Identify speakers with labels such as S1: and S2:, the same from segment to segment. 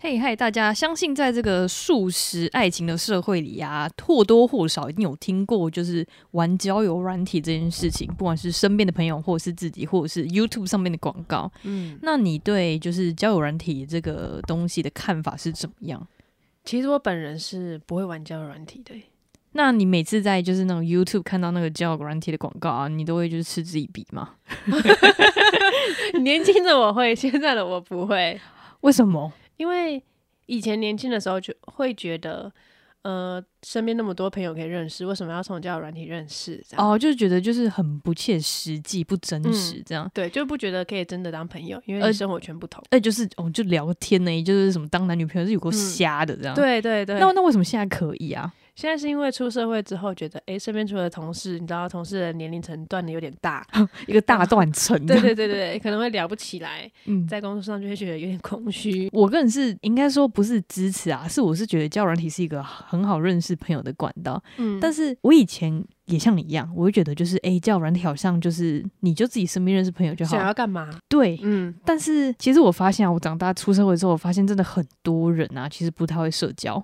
S1: 嘿嗨，大家相信在这个素食爱情的社会里啊，或多或少一定有听过，就是玩交友软体这件事情，不管是身边的朋友，或者是自己，或者是 YouTube 上面的广告。
S2: 嗯，
S1: 那你对就是交友软体这个东西的看法是怎么样？
S2: 其实我本人是不会玩交友软体的耶，欸
S1: 那你每次在就是那种 YouTube 看到那个交友软体的广告啊，你都会就是嗤之以鼻吗？
S2: 年轻的我会，现在的我不会，
S1: 为什么？
S2: 因为以前年轻的时候就会觉得，呃，身边那么多朋友可以认识，为什么要从交友软体认识？这样
S1: 哦，就是觉得就是很不切实际、不真
S2: 嗯
S1: 实这样。
S2: 对，就不觉得可以真的当朋友，因为
S1: 呃
S2: 你生活圈不同。
S1: 哎、就是哦，就聊天呢、就是什么当男女朋友是有够瞎的这样。
S2: 嗯对对对，
S1: 嗯那那为什么现在可以啊？
S2: 现在是因为出社会之后，觉得诶，身边除了同事，你知道同事的年龄层断的有点 大，
S1: 一个大断层。
S2: 哦对对对对对，可能会聊不起来，
S1: 嗯，
S2: 在工作上就会觉得有点空虚。
S1: 我个人是应该说不是支持啊，是我是觉得交友软体是一个很好认识朋友的管道。
S2: 嗯
S1: 但
S2: 是
S1: 是啊我以前也像你一样，我会觉得就是诶，交友软体好像就是你就自己身边认识朋友就好
S2: 想。要 干嘛？
S1: 对。
S2: 嗯，
S1: 但是其实我发现啊，我长大出社会之后，我发现真的很多人啊，其实不太会社交，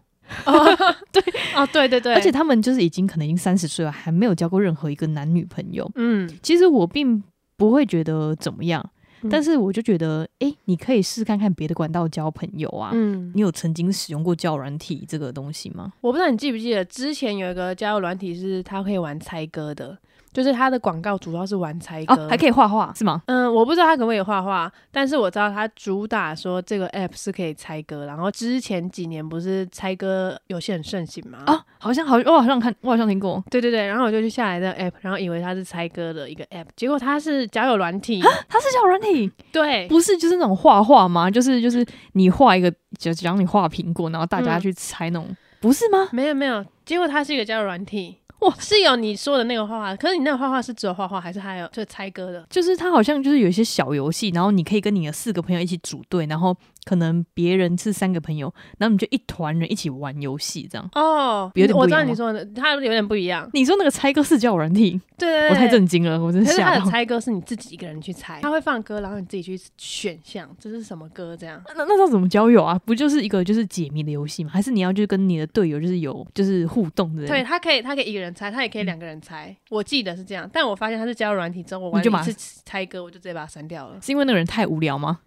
S2: 哦， 对，哦，对对对，
S1: 而且他们就是已经可能已经三十岁了，还没有交过任何一个男女朋友。
S2: 嗯，
S1: 其实我并不会觉得怎么样，
S2: 嗯
S1: 但是我就觉得，诶，你可以试看看别的管道交朋友啊。
S2: 嗯，
S1: 你有曾经使用过交友软体这个东西吗？
S2: 我不知道你记不记得之前有一个交友软体是它可以玩猜歌的，就是它的广告主要是玩猜歌，
S1: 哦，还可以画画是吗？
S2: 嗯，我不知道他可不可以画画，但是我知道他主打说这个 app 是可以猜歌，然后之前几年不是猜歌游戏很盛行吗？
S1: 啊，好像好，我好像看，我好像听 过。
S2: 对对对，然后我就去下载这个 app，然后以为它是猜歌的一个 app，结果它是交友软体，
S1: 它是交友软体，
S2: 对，
S1: 啊不是就是那种画画吗？就是就是你画一个，就讲你画苹果，然后大家去猜那种，嗯不是吗？
S2: 没有没有，结果它是一个交友软体，
S1: 哇
S2: 是有你说的那个画画，可是你那个画画是只有画画，还是还有就是猜歌的？
S1: 就是它好像就是有一些小游戏，然后你可以跟你的四个朋友一起组队，然后可能别人是三个朋友，然后你就一团人一起玩游戏这样。
S2: 哦，
S1: 有点不
S2: 我
S1: 一
S2: 知道
S1: 样
S2: 你
S1: 吗
S2: 说的，它有点不一样，
S1: 你说那个猜歌是交友软体，
S2: 对对对
S1: 我太
S2: 对
S1: 震惊了，我真
S2: 可
S1: 的
S2: 是他
S1: 吓
S2: 的
S1: 到。
S2: 猜歌是你自己一个人去猜，他会放歌，然后你自己去选项，这是什么歌这样。
S1: 那那要怎么交友啊？不就是一个就是解谜的游戏吗？还是你要就是跟你的队友就是有就是互动的？
S2: 对，他嗯可以，他可以一个人猜，他也可以两个人猜。我记得是这样，但我发现他是加入软体之后，我玩
S1: 你就
S2: 了
S1: 把
S2: 一次猜歌，我就直接把它删掉了。
S1: 是因为那个人太无聊吗？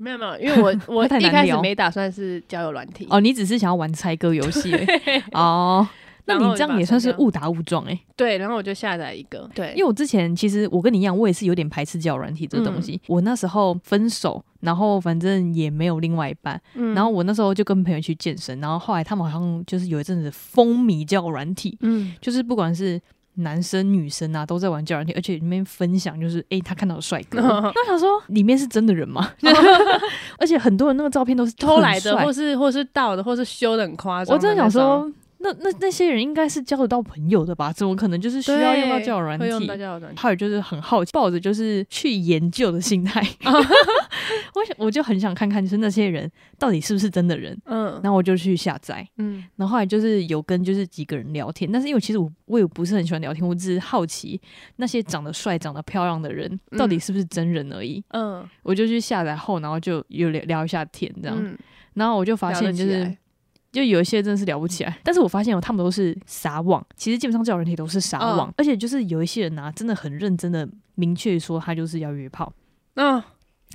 S2: 没有没有，因 为我我
S1: 太
S2: 一
S1: 难
S2: 开始
S1: 聊
S2: 没打算是交友软体。
S1: 哦，你只是想要玩猜歌游 戏而已哦。那
S2: 然后
S1: 你
S2: 我
S1: 这
S2: 就把
S1: 样也
S2: 它删
S1: 算是
S2: 掉
S1: 误打误撞哎、
S2: 对，然后我就下载一个，对，
S1: 因为我之前其实我跟你一样，我也是有点排斥交友软体这个东西。
S2: 嗯
S1: 我那时候分手，然后反正也没有另外一半，
S2: 为
S1: 然后我那时候就跟朋友去健身，然后后来他们好像就是有一阵子风靡交友软体，
S2: 嗯
S1: 就是不管是男生女生啊，都在玩交友软体，而且里面分享就是，诶，他看到的帅 哥，那我想说里面是真的人吗？ 而且很多人那个照片都是
S2: 偷来的，
S1: 很
S2: 或
S1: 帅
S2: 是或是盗的，或是修的很夸张。
S1: 我真的想，说，那那那些人应该是交得到朋友的吧？怎么可能就是需要用到
S2: 对
S1: 交友软
S2: 会用到
S1: 体？
S2: 交友软体。
S1: 还有就是很好奇，抱着就是去研究的心 态，我想我就很想看看，就是那些人到底是不是真的人。
S2: 嗯
S1: 然后我就去下载，
S2: 嗯
S1: 然后后来就是有跟就是几个人聊天，但是因为其实我我也不是很喜欢聊天，我只是好奇那些长得帅、长得漂亮的人
S2: 嗯
S1: 到底是不是真人而已。
S2: 嗯，
S1: 我就去下载后，然后就有聊聊一下天这样，
S2: 嗯
S1: 然后我就发
S2: 聊得
S1: 现就
S2: 起
S1: 是
S2: 来嗯
S1: 就有一些真的是聊不起来，但是我发现哦，他们都是撒网，其实基本上这种人体都是撒
S2: 嗯
S1: 网，而且就是有一些人啊，真的很认真的明确说他就是要约炮，
S2: 嗯，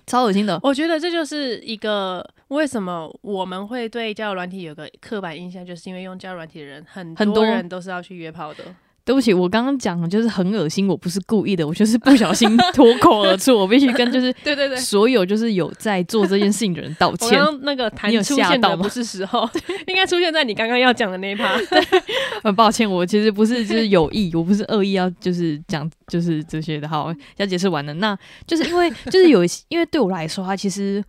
S1: 超恶心的。
S2: 我觉得这就是一个为什么我们会对交友软体有个刻板印象，就是因为用交友软体的人很
S1: 很
S2: 多
S1: 多
S2: 人都是要去约炮的。
S1: 对不起，我刚刚讲的就是很恶心，我不是故意的，我就是不小心 脱口而出，我必须跟就是
S2: 对对对，
S1: 所有就是有在做这件事情的人道
S2: 我
S1: 歉
S2: 刚。刚那个弹
S1: 你有
S2: 出
S1: 吓
S2: 现
S1: 到
S2: 的
S1: 吗
S2: 不是时候， 应该出现在你刚刚要讲的那 一趴。
S1: 很呃抱歉，我其实不是就是有意，我不是恶意要就是讲就是这些的。好，要解释完了，那就是因为 就是有一些，因为对我来说，他其实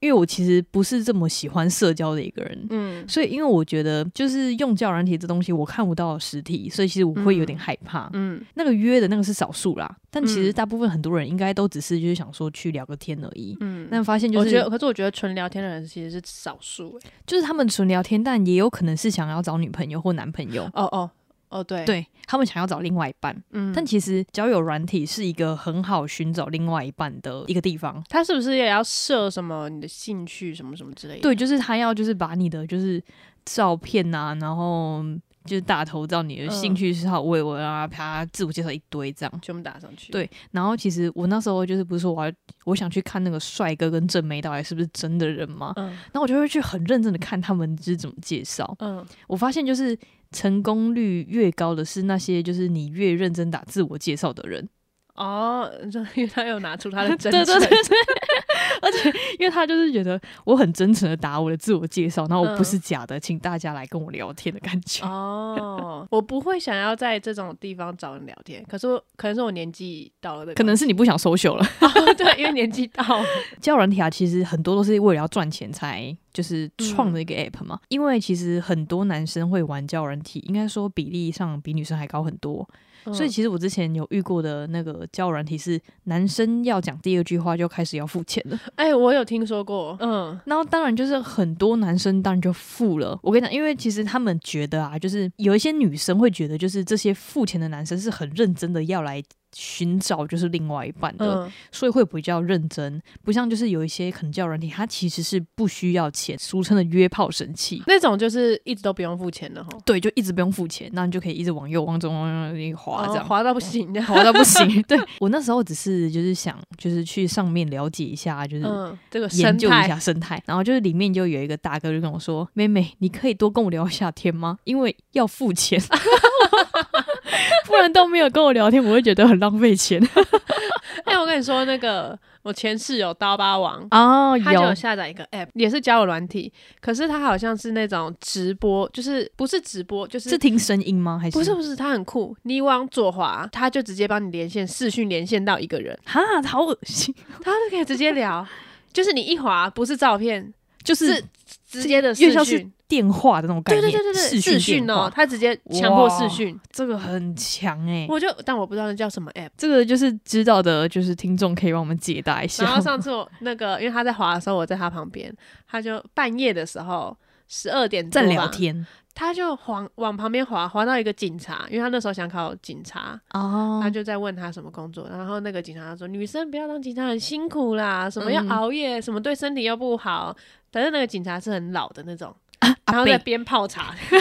S1: 因为我其实不是这么喜欢社交的一个人。
S2: 嗯
S1: 所以，因为我觉得就是用教软体这东西，我看不到实体，所以其实我会有点害怕。
S2: 嗯
S1: 那个约的那个是少数啦，但其实
S2: 嗯
S1: 大部分很多人应该都只是就是想说去聊个天而已。
S2: 嗯，
S1: 但发现就
S2: 我
S1: 是，
S2: 觉得，可是我觉得纯聊天的人其实是少数、欸。
S1: 就是他们纯聊天，但也有可能是想要找女朋友或男朋友。
S2: 哦哦，哦，对，
S1: 对他们想要找另外一半，
S2: 嗯，
S1: 但其实交友软体是一个很好寻找另外一半的一个地方。
S2: 他是不是也要设什么你的兴趣什么什么之类的？
S1: 对，就是他要就是把你的就是照片啊，然后就是大头照、你的兴
S2: 嗯
S1: 趣嗜好、我文啊，啪自我介绍一堆这样。
S2: 全部打上去。
S1: 对然后其实我那时候就是不是说我要我想去看那个帅哥跟正妹到底是不是真的人吗？
S2: 嗯
S1: 然后我就会去很认真的看他们就是怎么介绍。
S2: 嗯
S1: 我发现就是成功率越高的是那些就是你越认真打自我介绍的人，
S2: 哦，就因为他又拿出他 的真
S1: 对对
S2: 诚，
S1: 对对，而且因为他就是觉得我很真诚的打我的自我介绍，然后我不
S2: 嗯
S1: 是假的，请大家来跟我聊天的感觉。
S2: 哦，我不会想要在这种地方找人聊天，可是我可能是我年纪到了的
S1: 可
S2: 关
S1: 能是你不想 social 了。
S2: 系，哦 对，因为年纪到了，
S1: 交友软体啊，其实很多都是为了要赚钱才就是创的一个 app 嘛。因为其实很多男生会玩交友软体，应该说比例上比女生还高很多。所以
S2: 嗯
S1: 其实我之前有遇过的那个交友软体是，男生要讲第二句话就开始要付钱了。
S2: 哎、我有听说过，嗯
S1: 然后当然就是很多男生当然就付了。我跟你讲，因为其实他们觉得啊，就是有一些女生会觉得，就是这些付钱的男生是很认真的要来寻找就是另外一半的，
S2: 嗯
S1: 所以会比较认真，不像就是有一些可能叫软体，它其实是不需要钱，俗称的约炮神器。
S2: 那种就是一直都不用付钱的哈，
S1: 对，就一直不用付钱，那你就可以一直往右、往左、往右往右滑这
S2: 哦
S1: 样。
S2: 滑到不行的，
S1: 滑到不行，对我那时候只是就是想就是去上面了解一下，就是
S2: 嗯，这个
S1: 研
S2: 生
S1: 究一
S2: 态
S1: 下生态。然后就是里面就有一个大哥就跟我说：“妹妹，你可以多跟我聊一下天吗？因为要付 钱，不然都没有跟我聊天，我会觉得很浪费 钱。
S2: 哎、我跟你说，那个我前室友刀疤王”。
S1: 啊，
S2: 他就
S1: 有
S2: 有下载一个 app，也是交友软体，可是他好像是那种直播，就是不是直播，就是
S1: 是听声音吗？还是
S2: 不是不是，他很酷，你往左滑，他就直接帮你连线视讯连线到一个 人，
S1: 哈，好恶心，
S2: 他就可以直接聊，就是你一滑不是照片，
S1: 就是
S2: 是直接的
S1: 越
S2: 视
S1: 像是
S2: 讯，
S1: 电话的那种感
S2: 对
S1: 觉，
S2: 对对对对，视
S1: 视
S2: 讯
S1: 电
S2: 哦
S1: 话，，
S2: 他直接强迫视
S1: 哇
S2: 讯，
S1: 这个很强哎、
S2: 我就但我不知道那叫什么 app。
S1: 这个就是知道的，就是听众可以帮我们解答一下。
S2: 然后上次我那个，因为他在滑的时候，我在他旁边，他就半夜的时候十二点
S1: 在
S2: 多
S1: 聊
S2: 吧，
S1: 天
S2: 他就往往旁边滑，滑到一个警察，因为他那时候想考警察，
S1: 哦
S2: 他就在问他什么工作，然后那个警察说：“女生不要当警察，很辛苦啦，什么要
S1: 嗯
S2: 熬夜，什么对身体又不好。”但是那个警察是很老的那种，
S1: 啊阿
S2: 然
S1: 伯
S2: 后在边泡茶，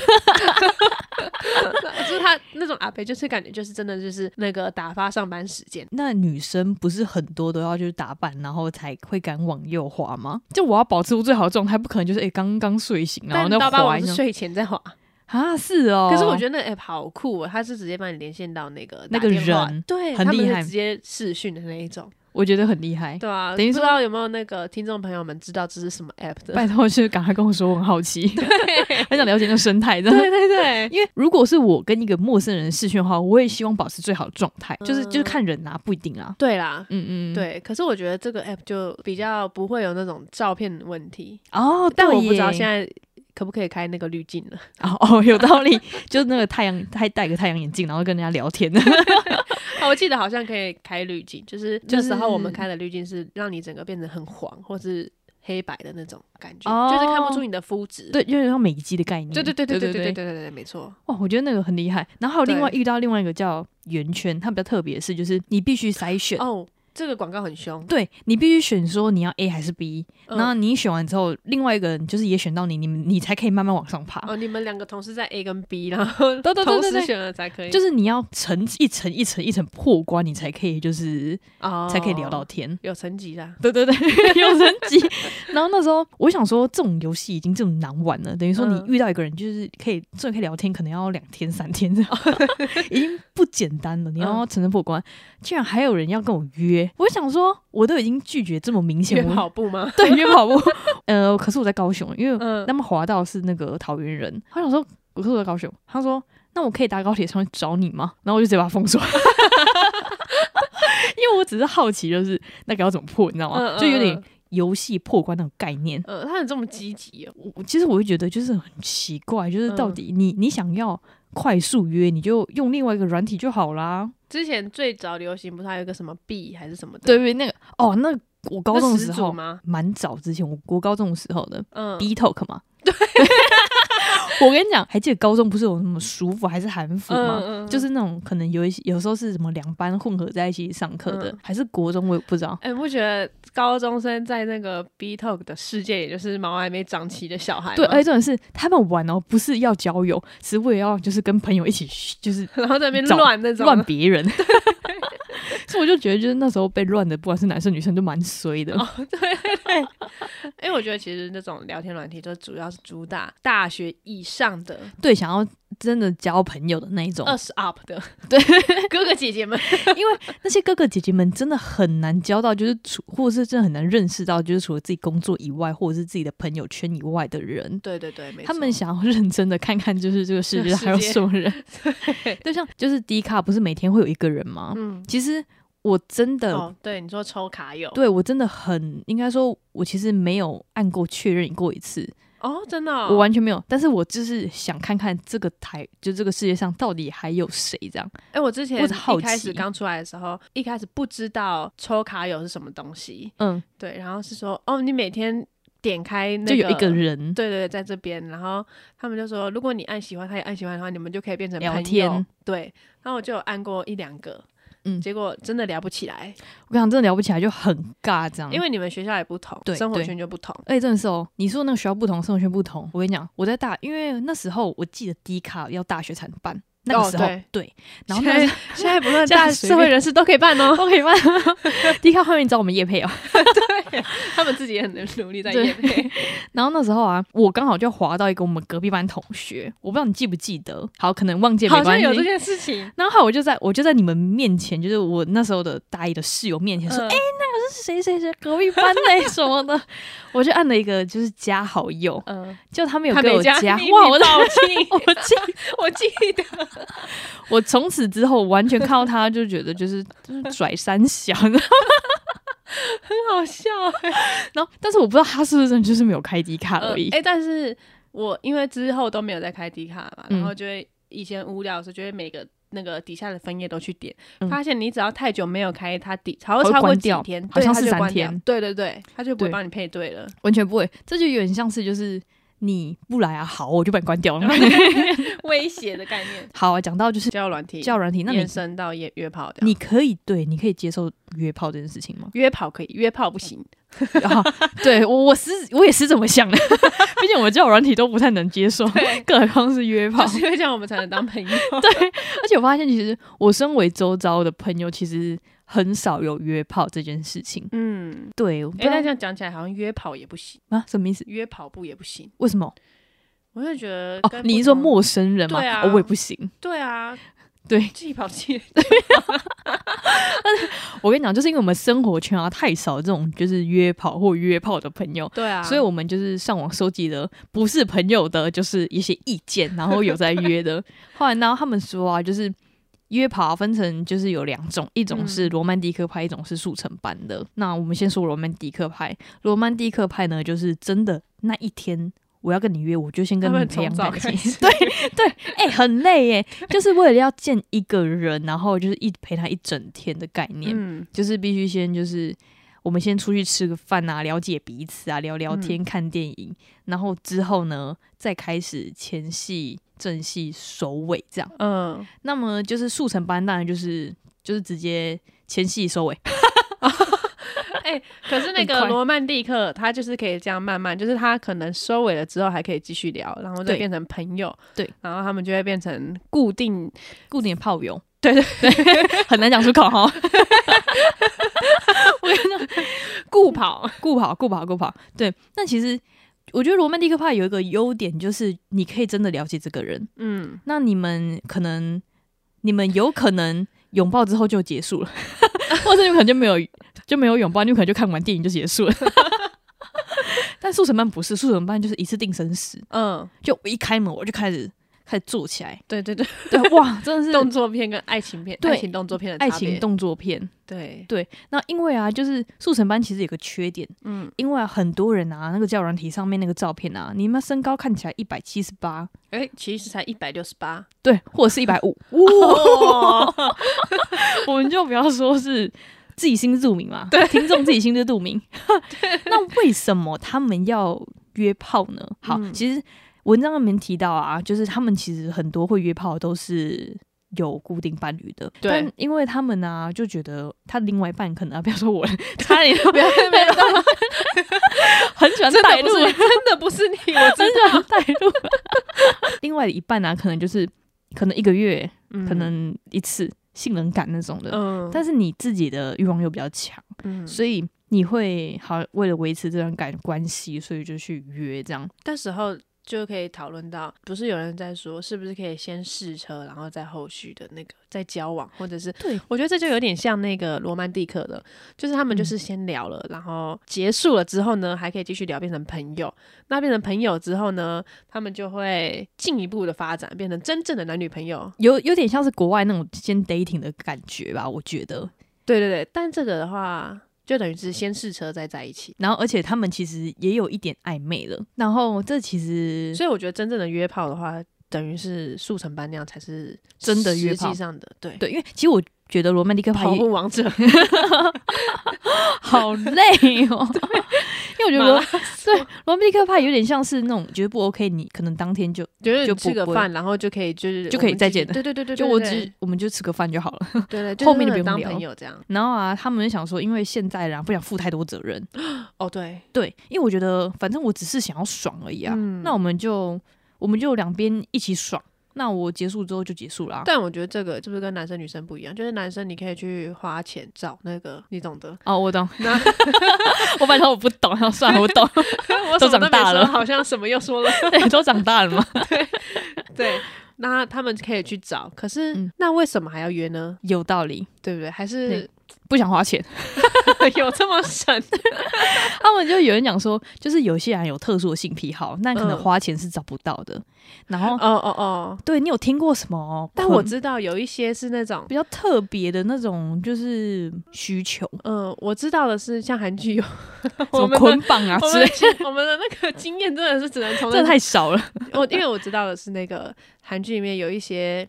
S2: 就是他那种阿伯，就是感觉就是真的就是那个打发上班时间。
S1: 那女生不是很多都要就是打扮，然后才会敢往右滑吗？就我要保持我最好的状态，不可能就是诶刚刚睡醒，然后
S2: 但
S1: 那
S2: 刀疤
S1: 滑
S2: 王
S1: 一
S2: 是
S1: 下
S2: 睡前在滑，
S1: 啊，是哦。
S2: 可是我觉
S1: 得
S2: 得那个 app 好酷、哦，他是直接帮你连线到那个
S1: 那
S2: 打
S1: 个
S2: 电话
S1: 人
S2: 对，
S1: 很
S2: 他们
S1: 厉
S2: 是
S1: 害
S2: 直接视讯的那一种，
S1: 我觉得很厉害，
S2: 对啊，
S1: 等于
S2: 不知
S1: 说
S2: 道有没有那个听众朋友们知道这是什么 app 的？
S1: 拜托就是赶快跟我说，我很好奇，很想了解那个生态，真的。
S2: 对对对，
S1: 因为如果是我跟一个陌生人视讯的话，我也希望保持最好的状态，就是
S2: 嗯
S1: 就是看人啊，不一定啊。
S2: 对啦，
S1: 嗯嗯，
S2: 对，可是我觉得这个 app 就比较不会有那种照片问题，
S1: 哦，
S2: 但我
S1: 对
S2: 不知道
S1: 耶
S2: 现在可不可以开那个滤镜了。
S1: 哦哦有道理，就是那个太阳，还戴个太阳眼镜，然后跟人家聊 天，
S2: 啊我记得好像可以开滤镜，就是
S1: 就
S2: 那时候我们
S1: 是
S2: 开的滤镜是让你整个变得很黄或是黑白的那种感觉，
S1: 哦
S2: 就是看不出你的肤质。
S1: 对，有点像美肌的概念。
S2: 对对对对对对对
S1: 对
S2: 对对对，没错。
S1: 哇，哦我觉得那个很厉害。然后还有另外
S2: 对
S1: 遇到另外一个叫圆圈，它比较特别的是，就是你必须筛选，
S2: 哦，这个广告很凶。
S1: 对你必须选说你要 A 还是 B，、
S2: 嗯
S1: 然后你选完之后，另外一个人就是也选到你，你们你才可以慢慢往上爬。
S2: 哦，你们两个同时在 A 跟 B，然后
S1: 对对对
S2: 同
S1: 对
S2: 时
S1: 对
S2: 选了才可以，
S1: 就是你要层一层一层一层破关，你才可以就是、
S2: 哦
S1: 才可以聊到天。
S2: 有层级啦。
S1: 对对 对，有层级。然后那时候我想说，这种游戏已经这么难玩了，等于说你
S2: 嗯
S1: 遇到一个人，就是可以这可以聊天，可能要两天三天这样， 已经不简单
S2: 嗯
S1: 了。你要层层破关，竟然还有人要跟我约，我想说，我都已经拒绝这么明
S2: 约
S1: 显，我
S2: 跑步吗？
S1: 对约跑步。呃，可是我在高雄，因为
S2: 嗯
S1: 那么滑到是那个桃园人，他想说，我是我在高雄，他说。那我可以搭高铁上去找你吗？然后我就直接把他封锁， 因为我只是好奇，就是那个要怎么破，你知道吗？
S2: 嗯
S1: 就有
S2: 嗯
S1: 点
S2: 嗯
S1: 游戏破关那种概念。
S2: 呃，他很这么积极哦。
S1: 我其实我会觉得就是很奇怪，就是到底你、你想要快速约，你就用另外一个软体就好啦。
S2: 之前最早流行不是还有一个什么 B 还是什么的？
S1: 对不对？那个哦，那我高中的
S2: 是
S1: 时
S2: 始祖
S1: 候
S2: 吗？
S1: 蛮早之前，我我高中的时候的
S2: 嗯
S1: B Talk 嘛， 我跟你讲，还记得高中不是有什么熟辅还是韩辅吗？
S2: 嗯嗯
S1: 就是那种可能有一些有时候是什么两班混合在一起上课的，
S2: 嗯
S1: 还是国中我也不知道。
S2: 哎、不觉得高中生在那个 B Talk 的世界，也就是毛还没长齐的小孩吗？
S1: 对，哎而且重点是他们玩哦，不是要交友，是为了要就是跟朋友一起就是
S2: 然后在那边
S1: 找
S2: 乱那种
S1: 乱别人。 所以我就觉得，就是那时候被乱的，不管是男生女生，都蛮衰的。
S2: 哦， 对对，因为我觉得其实那种聊天软体，就主要是主打大学以上的
S1: 对，想要真的交朋友的那一种，
S2: 二十 up 的，对哥哥姐姐们，
S1: 因为那些哥哥姐姐们真的很难交到，就是除或者是真的很难认识到，就是除了自己工作以外，或者是自己的朋友圈以外的人。
S2: 对对对，没错
S1: 他们想要认真的看看，就是这个 世界上还有
S2: 世界
S1: 什么人。
S2: 对，
S1: 就像就是迪卡，不是每天会有一个人吗？
S2: 嗯，
S1: 其实我真的
S2: 哦，对，你说抽卡友，
S1: 嗯对我真的很应该说，我其实没有按过确认过一次，
S2: 哦，真的哦、
S1: 我完全没有。但是我就是想看看这个台，就这个世界上到底还有谁这样。
S2: 哎、我之前
S1: 我只好
S2: 一开始
S1: 奇
S2: 刚出来的时候，一开始不知道抽卡友是什么东西，
S1: 嗯，
S2: 对，然后是说哦，你每天点开那个
S1: 就有一个人
S2: 对对，对在这边，然后他们就说，如果你按喜欢，他也按喜欢的话，你们就可以变成
S1: 聊
S2: 朋友
S1: 天。
S2: 对，然后我就有按过一两个，
S1: 嗯
S2: 结果真的聊不起来，
S1: 我跟你讲，真的聊不起来，就很尬这样。
S2: 因为你们学校也不同，
S1: 对
S2: 生活
S1: 对
S2: 圈就不同。
S1: 而且真的是哦，你说那个学校不同，生活圈不同。我跟你讲，我在大，因为那时候我记得迪卡要大学才能办，那个
S2: 哦
S1: 时候、
S2: 对
S1: 对， 然后
S2: 现
S1: 那
S2: 在
S1: 时候
S2: 现在不论
S1: 这样
S2: 大
S1: 随
S2: 社会
S1: 便
S2: 人士都可以办 哦，
S1: 都可以办。迪卡后面找我们叶配哦。
S2: 他们自己也很努力在
S1: 对
S2: 业配。
S1: 然后那时候啊，我刚好就滑到一个我们隔壁班同学，我不知道你记不记得，好，可能忘记也没
S2: 好像
S1: 关系
S2: 有。这件事情。
S1: 然后我就在我就在你们面前，就是我那时候的大一的室友面前说，哎
S2: 嗯
S1: 是谁谁谁隔壁班的欸 什么的，我就按了一个就是加好友，
S2: 嗯，
S1: 就他没有
S2: 他
S1: 给
S2: 没
S1: 我
S2: 加，
S1: 加，
S2: 你
S1: 哇，
S2: 你
S1: 我，
S2: 报警
S1: 我记，
S2: 我记 得。
S1: 我从此之后完全看到他就觉得就是就是拽三小，
S2: 很好 笑欸、
S1: 然后但是我不知道他是不是真的就是没有开低卡而已
S2: 哎、，但是我因为之后都没有再开迪卡嘛，
S1: 嗯
S2: 然后就会以前无聊的时候，就会每个那个底下的分页都去点，
S1: 嗯
S2: 发现你只要太久没有开它底，好
S1: 它会
S2: 像超过
S1: 关
S2: 几
S1: 掉
S2: 天，
S1: 好
S2: 对
S1: 像
S2: 它
S1: 是
S2: 就
S1: 三
S2: 关掉
S1: 天
S2: 对对对，它就不会
S1: 对
S2: 帮你配对了。
S1: 完全不会，这就有点像是就是你不来啊，好，我就把你关 掉了。
S2: 威胁的概念，
S1: 好啊，讲到就是
S2: 交友软体，
S1: 教软体，那你啊
S2: 延伸到约约炮的，？
S1: 你可以对你可以接受约炮这件事情吗
S2: 约炮可以，约炮不行。
S1: 啊、对我我是我也是这么想的， 毕竟我教软体都不太能接受，
S2: 对
S1: 更何况是约炮
S2: 就。是因为这样，我们才能 当朋友。
S1: 而且我发现，其实我身为周遭的朋友，其实很少有约炮这件事情。
S2: 嗯，
S1: 对，啊我不
S2: 哎、
S1: 知道
S2: 那这样讲起来，好像约跑也不行，
S1: 啊，什么意思？
S2: 约跑步也不行。
S1: 为什么？
S2: 我就觉得
S1: 哦，
S2: 跟
S1: 你
S2: 不
S1: 是说
S2: 同
S1: 陌生人吗？
S2: 对啊
S1: 哦我也不行。
S2: 对啊，
S1: 对
S2: 自己跑自己
S1: 我跟你讲，就是因为我们生活圈啊太少这种就是约炮或约炮的朋友，
S2: 对啊，
S1: 所以我们就是上网收集了不是朋友的，就是一些意见，然后有在约 的。后来呢，他们说啊，就是约跑啊分成就是有两种，一种是
S2: 嗯
S1: 罗曼蒂克派，一种是速成班的。那我们先说罗曼蒂克派，罗曼蒂克派呢，就是真的那一天。我要跟你约，我就先跟
S2: 他
S1: 你
S2: 们
S1: 培
S2: 从
S1: 养
S2: 早
S1: 感
S2: 开
S1: 情。
S2: 始，
S1: 对，对，哎、很累耶，就是为了要见一个人，然后就是一陪他一整天的概念。
S2: 嗯，
S1: 就是必须先就是我们先出去吃个饭啊，了解彼此啊，聊聊天、看电影，然后之后呢再开始前戏、正戏、首尾这样。
S2: 嗯，
S1: 那么就是速成班，当然就是就是直接前戏收尾，
S2: 可是那
S1: 很
S2: 个
S1: 快
S2: 罗曼蒂克，他就是可以这样慢慢，就是他可能收尾了之后还可以继续聊，然后再
S1: 对
S2: 变成朋友，
S1: 对，
S2: 然后他们就会变成固定，
S1: 固定的炮友。 对对对， 很难讲出口哈。我跟你讲，顾 跑，顾跑，顾跑，顾跑。对，那其实我觉得罗曼蒂克派有一个优点，就是你可以真的了解这个人。
S2: 嗯，
S1: 那你们可能，你们有可能拥抱之后就结束了， 或者你们可能就没有就没有拥抱，你们可能就看完电影就结束了。 但速成班不是，速成班就是一次定生死，
S2: 嗯，
S1: 就我一开门我就开始开始做起来，
S2: 对对对，
S1: 对，哇，真的是
S2: 动作片跟爱情片，
S1: 对
S2: 爱情动作片的
S1: 爱
S2: 差别
S1: 情，动作片。
S2: 对，
S1: 对，那因为啊，就是速成班其实有个缺点，
S2: 嗯，
S1: 因为、啊、很多人啊，那个教软体上面那个照片啊，你们身高看起来一百七十八，
S2: 哎，其实才一百六十八，
S1: 对，或者是一百五，
S2: 哇，
S1: 我们就不要说是自己心知肚明 嘛，对，听众自己心知肚明。那为什么他们要约炮呢？好，
S2: 嗯
S1: 其实。文章里面提到啊，就是他们其实很多会约炮的都是有固定伴侣的，
S2: 对
S1: 但因为他们呢、就觉得他另外一半可能啊，不要说我，差点
S2: 不要 没有，
S1: 很喜欢
S2: 真
S1: 带
S2: 的
S1: 入
S2: 不，是真的不是你，我
S1: 很喜欢带入。 另外一半呢、可能就是可能一个月，
S2: 真
S1: 可能一次性能感那种的，
S2: 嗯，
S1: 但是你自己的欲望又比较强，
S2: 嗯
S1: 所以你会好为了维持这段感关系，所以就去约这样。
S2: 到时候就可以讨论到，不是有人在说，是不是可以先试车，然后再后续的那个再交往，或者是
S1: 对，
S2: 我觉得这就有点像那个罗曼蒂克的，就是他们
S1: 嗯
S2: 就是先聊了，然后结束了之后呢，还可以继续聊，变成朋友。那变成朋友之后呢，他们就会进一步的发展，变成真正的男女朋友。
S1: 有有点像是国外那种先 dating 的感觉吧，我觉得。
S2: 对对对，但这个的话，就等于是先试车再在一起。
S1: 然后，而且他们其实也有一点暧昧了。然后，这其实
S2: 所以我觉得真正的约炮的话，等于是速成班那样才是
S1: 真的约炮
S2: 实际上的对。
S1: 对，因为其实我觉得罗曼蒂克派
S2: 跑步王者，
S1: 好累 哦，因为我觉得
S2: 马
S1: 罗
S2: 拉
S1: 对罗曼蒂克派有点像是那种觉得不 OK，你可能当天就
S2: 就是
S1: 就
S2: 你
S1: 不
S2: 吃个
S1: 不会
S2: 饭，然后就可以就是
S1: 就可以
S2: 我们
S1: 再
S2: 继续
S1: 见了
S2: 对对对对，
S1: 就
S2: 对
S1: 我
S2: 对
S1: 只我们就吃个饭就好了。
S2: 对 对，就
S1: 后
S2: 是
S1: 面的
S2: 真
S1: 不用
S2: 当
S1: 聊
S2: 朋友这样。
S1: 然后啊，他们就想说，因为现在啊啦不想负太多责任，
S2: 哦，对，
S1: 对，因为我觉得反正我只是想要爽而已啊。
S2: 嗯
S1: 那我们就我们就两边一起爽。那我结束之后就结束啦。
S2: 但我觉得这个是不是跟男生女生不一样？就是男生你可以去花钱找那个，你懂得。
S1: 哦，我懂，
S2: 那
S1: 我本来说我不懂，然后算了， 我 懂，
S2: 我
S1: 都
S2: 什
S1: 长
S2: 么没
S1: 大
S2: 说
S1: 了
S2: 好像什么又说 了。
S1: 对，都长大了嘛。
S2: 对，那他们可以去找，可是、
S1: 嗯
S2: 那为什么还要约呢？
S1: 有道理，
S2: 对不对？还是
S1: 对不想花 钱。
S2: 有这 么神？
S1: 他们就有人讲说，就是有些人有特殊的性癖好，那可能
S2: 嗯
S1: 花钱是找不到的。然后
S2: 哦，哦哦！
S1: 对你有听过什么？
S2: 但我知道有一些是那种，
S1: 比较特别的那种，就是需求，
S2: 嗯、我知道的是像韩剧有
S1: 什
S2: 我
S1: 么
S2: 们
S1: 捆
S2: 的。
S1: 绑啊
S2: 我
S1: 之
S2: 们
S1: 类
S2: 的，经我们的那个经 验真的是只能从
S1: 这太少了。
S2: 我因为我知道的是那个韩剧里面有一些，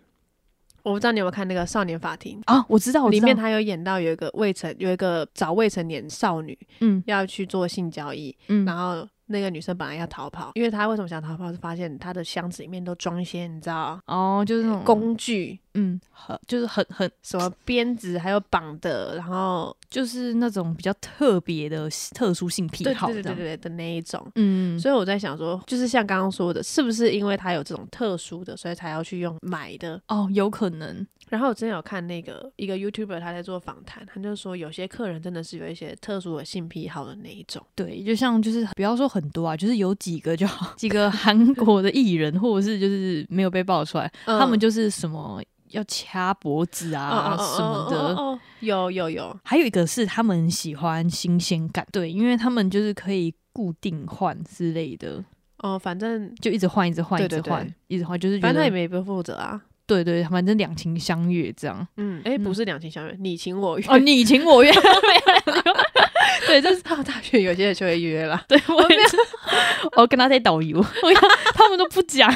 S2: 我不知道你有没有看那个《少年法庭》，
S1: 啊，我知道，我知
S2: 里
S1: 道
S2: 面他有演到有一个未成有一个找未成年少女
S1: 嗯
S2: 要去做性交易，
S1: 嗯
S2: 然后那个女生本来要逃跑，因为她为什么想逃跑是发现她的箱子里面都装一些你知道
S1: 哦，就是那种
S2: 工具，
S1: 嗯，很就是很很
S2: 什么鞭子还有绑的，然后
S1: 就是那种比较特别的特殊性癖
S2: 对
S1: 好
S2: 对
S1: 这
S2: 对对
S1: 样。
S2: 对的那一种。
S1: 嗯，
S2: 所以我在想说，就是像刚刚说的，是不是因为她有这种特殊的，所以才要去用买的？
S1: 哦，有可能
S2: 然后我之前有看那个一个 YouTuber 他在做访谈，他就说有些客人真的是有一些特殊的性癖好的那一种，
S1: 对，就像就是不要说很多啊，就是有几个就好，几 个韩国的艺人或者是就是没有被爆出来，他们就
S2: 就
S1: 是什么要掐脖子
S2: 嗯
S1: 啊什么的，
S2: 哦，有有有，
S1: 还有一个是他们喜欢新鲜感，对，因为他们就是可以固定换之类的，
S2: 哦，反正
S1: 就一直换，一直换，
S2: 对
S1: 一直
S2: 对对
S1: 换，一直换，就是觉
S2: 反正他也
S1: 得
S2: 没被负责啊，
S1: 对对，反正两情相悦这样。
S2: 嗯，哎，
S1: 嗯
S2: 不是两情相悦，你情我 愿。
S1: 哦，你情我愿，，
S2: 对，这是到大学有些人就会约啦
S1: 对 我也是，我跟他在导游，我跟他 他们都不讲，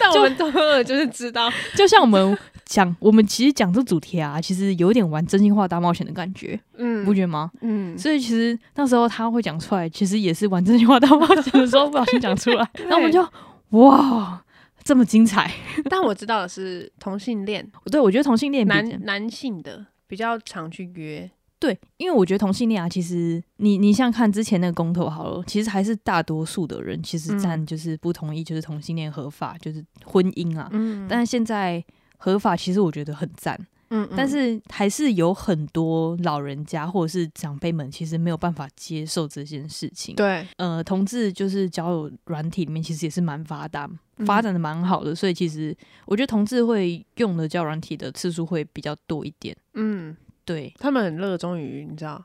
S2: 但我们都就是知道，
S1: 就像我们讲，我们其实讲这主题啊，其实有点玩真心话大冒险的感觉，你
S2: 嗯
S1: 不觉得吗？
S2: 嗯，
S1: 所以其实那时候他会讲出来，其实也是玩真心话大冒险的时候不小心讲出来，然后我们就哇这么精彩。
S2: 但我知道的是同性恋，
S1: 对，我觉得同性恋比
S2: 男男性的比较常去约，
S1: 对，因为我觉得同性恋啊，其实你你像看之前那个公投好了，其实还是大多数的人其实
S2: 嗯
S1: 占就是不同意，就是同性恋合法，就是婚姻啊。
S2: 嗯
S1: 但是现在合法，其实我觉得很赞，
S2: 嗯
S1: 但是还是有很多老人家或者是长辈们，其实没有办法接受这件事情。
S2: 对
S1: 呃，同志就是交友软体里面其实也是蛮发达，
S2: 嗯
S1: 发展的蛮好的，所以其实我觉得同志会用的交友软体的次数会比较多一点。
S2: 嗯。
S1: 对，
S2: 他们很热衷于你知道，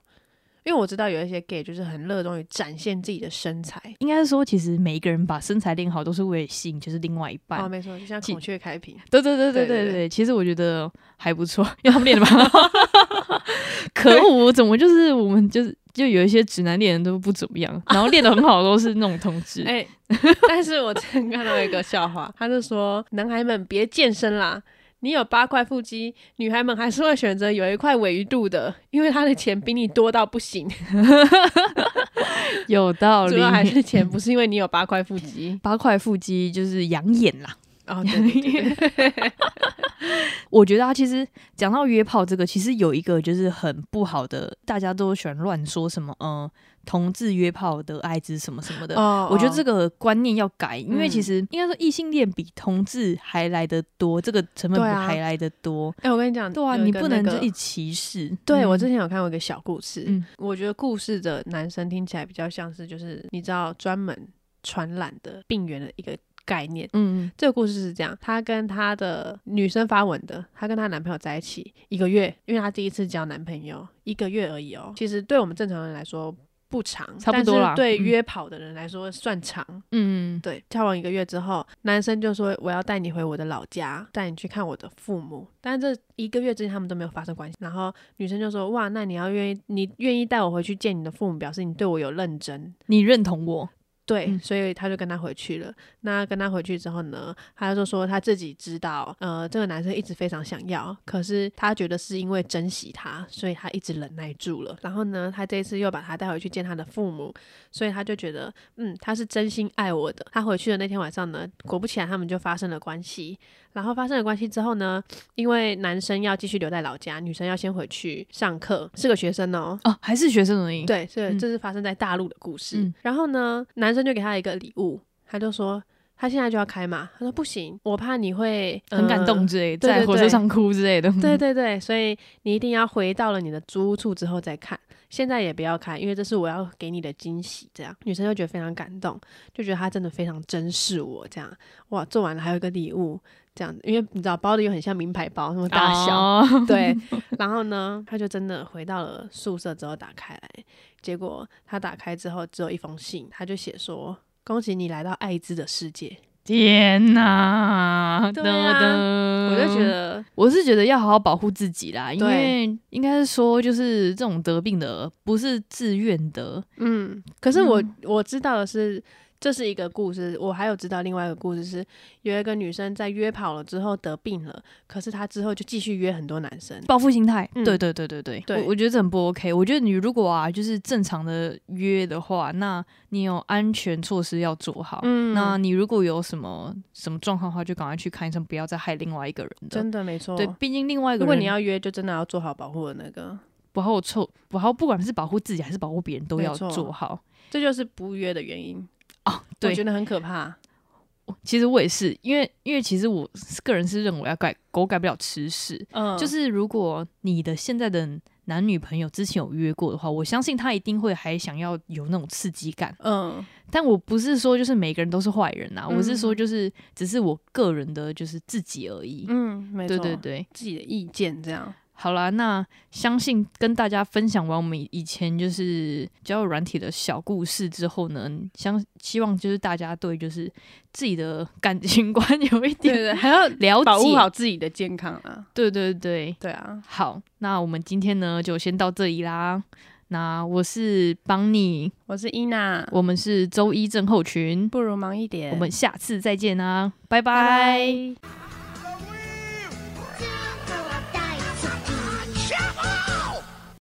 S2: 因为我知道有一些 gay 就是很热衷于展现自己的身材。
S1: 应该是说，其实每一个人把身材练好，都是为了吸引就是另外一半。
S2: 哦，没错，就像
S1: 其
S2: 孔雀开屏，
S1: 对对对对
S2: 对
S1: 对
S2: 对
S1: 对
S2: 对
S1: 其实我觉得还不错，因为他们练的蛮好。 可恶，怎么就是我们就是就有一些直男恋人都不怎么样，然后练的很好的都是那种同志。
S2: 哎、但是我之前看到一个笑话，他就说男孩们别健身啦，你有八块腹肌，女孩们还是会选择有一块尾鱼肚的，因为她的钱比你多到不行。
S1: 有道
S2: 主
S1: 理。。
S2: 要还是钱，不是因为你有八块腹肌
S1: 八块腹肌就是养眼啦。
S2: 哦，对对对对
S1: 我觉得啊，其实讲到约炮这个，其实有一个就是很不好的，大家都喜欢乱说什么，嗯、同志约炮的艾滋什么什么的。
S2: 哦
S1: 我觉得这
S2: 个
S1: 个观念要改，因为
S2: 嗯
S1: 其实应该说异性恋比同志还来得多，这个成本
S2: 对啊
S1: 还来得多。
S2: 哎、我跟你讲，
S1: 对啊，
S2: 有
S1: 你
S2: 个
S1: 不
S2: 那
S1: 能
S2: 个
S1: 就一歧视。
S2: 对、
S1: 嗯
S2: 我之前有看过一个小故事，
S1: 嗯
S2: 我觉得故事的男生听起来比较像是就是你知道专门传染的病源的一个概念。
S1: 嗯，
S2: 这个故事是这样，她跟她的女生发文的，她跟她男朋友在一起一个月，因为她第一次交男朋友，一个月而已哦。其实对我们正常人来说不长，
S1: 差不多啦
S2: 但是对
S1: 嗯
S2: 约跑的人来说算长。
S1: 嗯，
S2: 对，交往一个月之后，男生就说我要带你回我的老家，带你去看我的父母。但是这一个月之间他们都没有发生关系。然后女生就说哇，那你要愿意，你愿意带我回去见你的父母，表示你对我有认真。
S1: 你认同我，
S2: 对，
S1: 嗯
S2: 所以他就跟他回去了。那跟他回去之后呢，他就说他自己知道，呃，这个男生一直非常想要，可是他觉得是因为珍惜他，所以他一直忍耐住了。然后呢，他这一次又把他带回去见他的父母，所以他就觉得，嗯，他是真心爱我的。他回去的那天晚上呢，果不其然他们就发生了关系。然后发生了关系之后呢，因为男生要继续留在老家，女生要先回去上课，是个学生哦，
S1: 哦，还是学生而已。，
S2: 对，这
S1: 嗯
S2: 这是发生在大陆的故事。
S1: 嗯
S2: 然后呢，男生就给他一个礼物，他就说他现在就要开嘛，他说不行，我怕你会、呃
S1: 很感动。嗯之类，
S2: 对对
S1: 在火车上哭之类的。
S2: 对对对，所以你一定要回到了你的租屋处之后再看，现在也不要看，因为这是我要给你的惊喜。这样女生就觉得非常感动，就觉得他真的非常珍视我。这样哇，做完了还有一个礼物，这样因为你知道包的又很像名牌包，那么 大小，
S1: 哦
S2: 对，然后呢，他就真的回到了宿舍之后打开来，结果他打开之后只有一封信，他就写说：“恭喜你来到艾滋的世界。
S1: 天哪！
S2: 对啊
S1: 噔噔
S2: 我就觉得，
S1: 我是觉得要好好保护自己啦，因
S2: 对
S1: 为应该是说，就是这种得病的不是自愿的，
S2: 嗯，可是我、
S1: 嗯
S2: 我知道的是。这是一个故事，我还有知道另外一个故事是，有一个女生在约跑了之后得病了，可是她之后就继续约很多男生。
S1: 报复心态。
S2: 嗯
S1: 对对对对对，
S2: 对
S1: 我我觉得这很不 OK。我觉得你如果啊，就是正常的约的话，那你有安全措施要做好。
S2: 嗯
S1: 那你如果有什么什么状况的话，就赶快去看医生，不要再害另外一个人的。
S2: 真的没错。
S1: 对，毕竟另外一个
S2: 如果
S1: 人
S2: 你要约，就真的要做好保护的那个。
S1: 不好凑，不好，不管是保护自己还是保护别人，都
S2: 没
S1: 要
S2: 错
S1: 做好。
S2: 这就是不约的原因。
S1: 哦，
S2: 我
S1: 对，
S2: 觉得很可怕。
S1: 其实我也是，因为因为其实我个人是认为要改狗改不了吃屎，
S2: 嗯，
S1: 就是如果你的现在的男女朋友之前有约过的话，我相信他一定会还想要有那种刺激感。
S2: 嗯，
S1: 但我不是说就是每个人都是坏人呐、啊
S2: 嗯
S1: 我是说就是只是我个人的就是自己而已。
S2: 嗯，没
S1: 对
S2: 错，
S1: 对对，
S2: 自己的意见这样。
S1: 好啦，那相信跟大家分享完我们以前就是交友软体的小故事之后呢，相希望就是大家对就是自己的感情观 有一点
S2: 对，还要
S1: 了解，
S2: 保护好自己的健康啊。
S1: 对对对，
S2: 对啊，
S1: 好，那我们今天呢就先到这里啦。那我是邦尼，
S2: 我是伊娜，
S1: 我们是周一症候群，
S2: 不如忙一点，
S1: 我们下次再见啦，拜
S2: 拜
S1: 拜。
S2: 拜。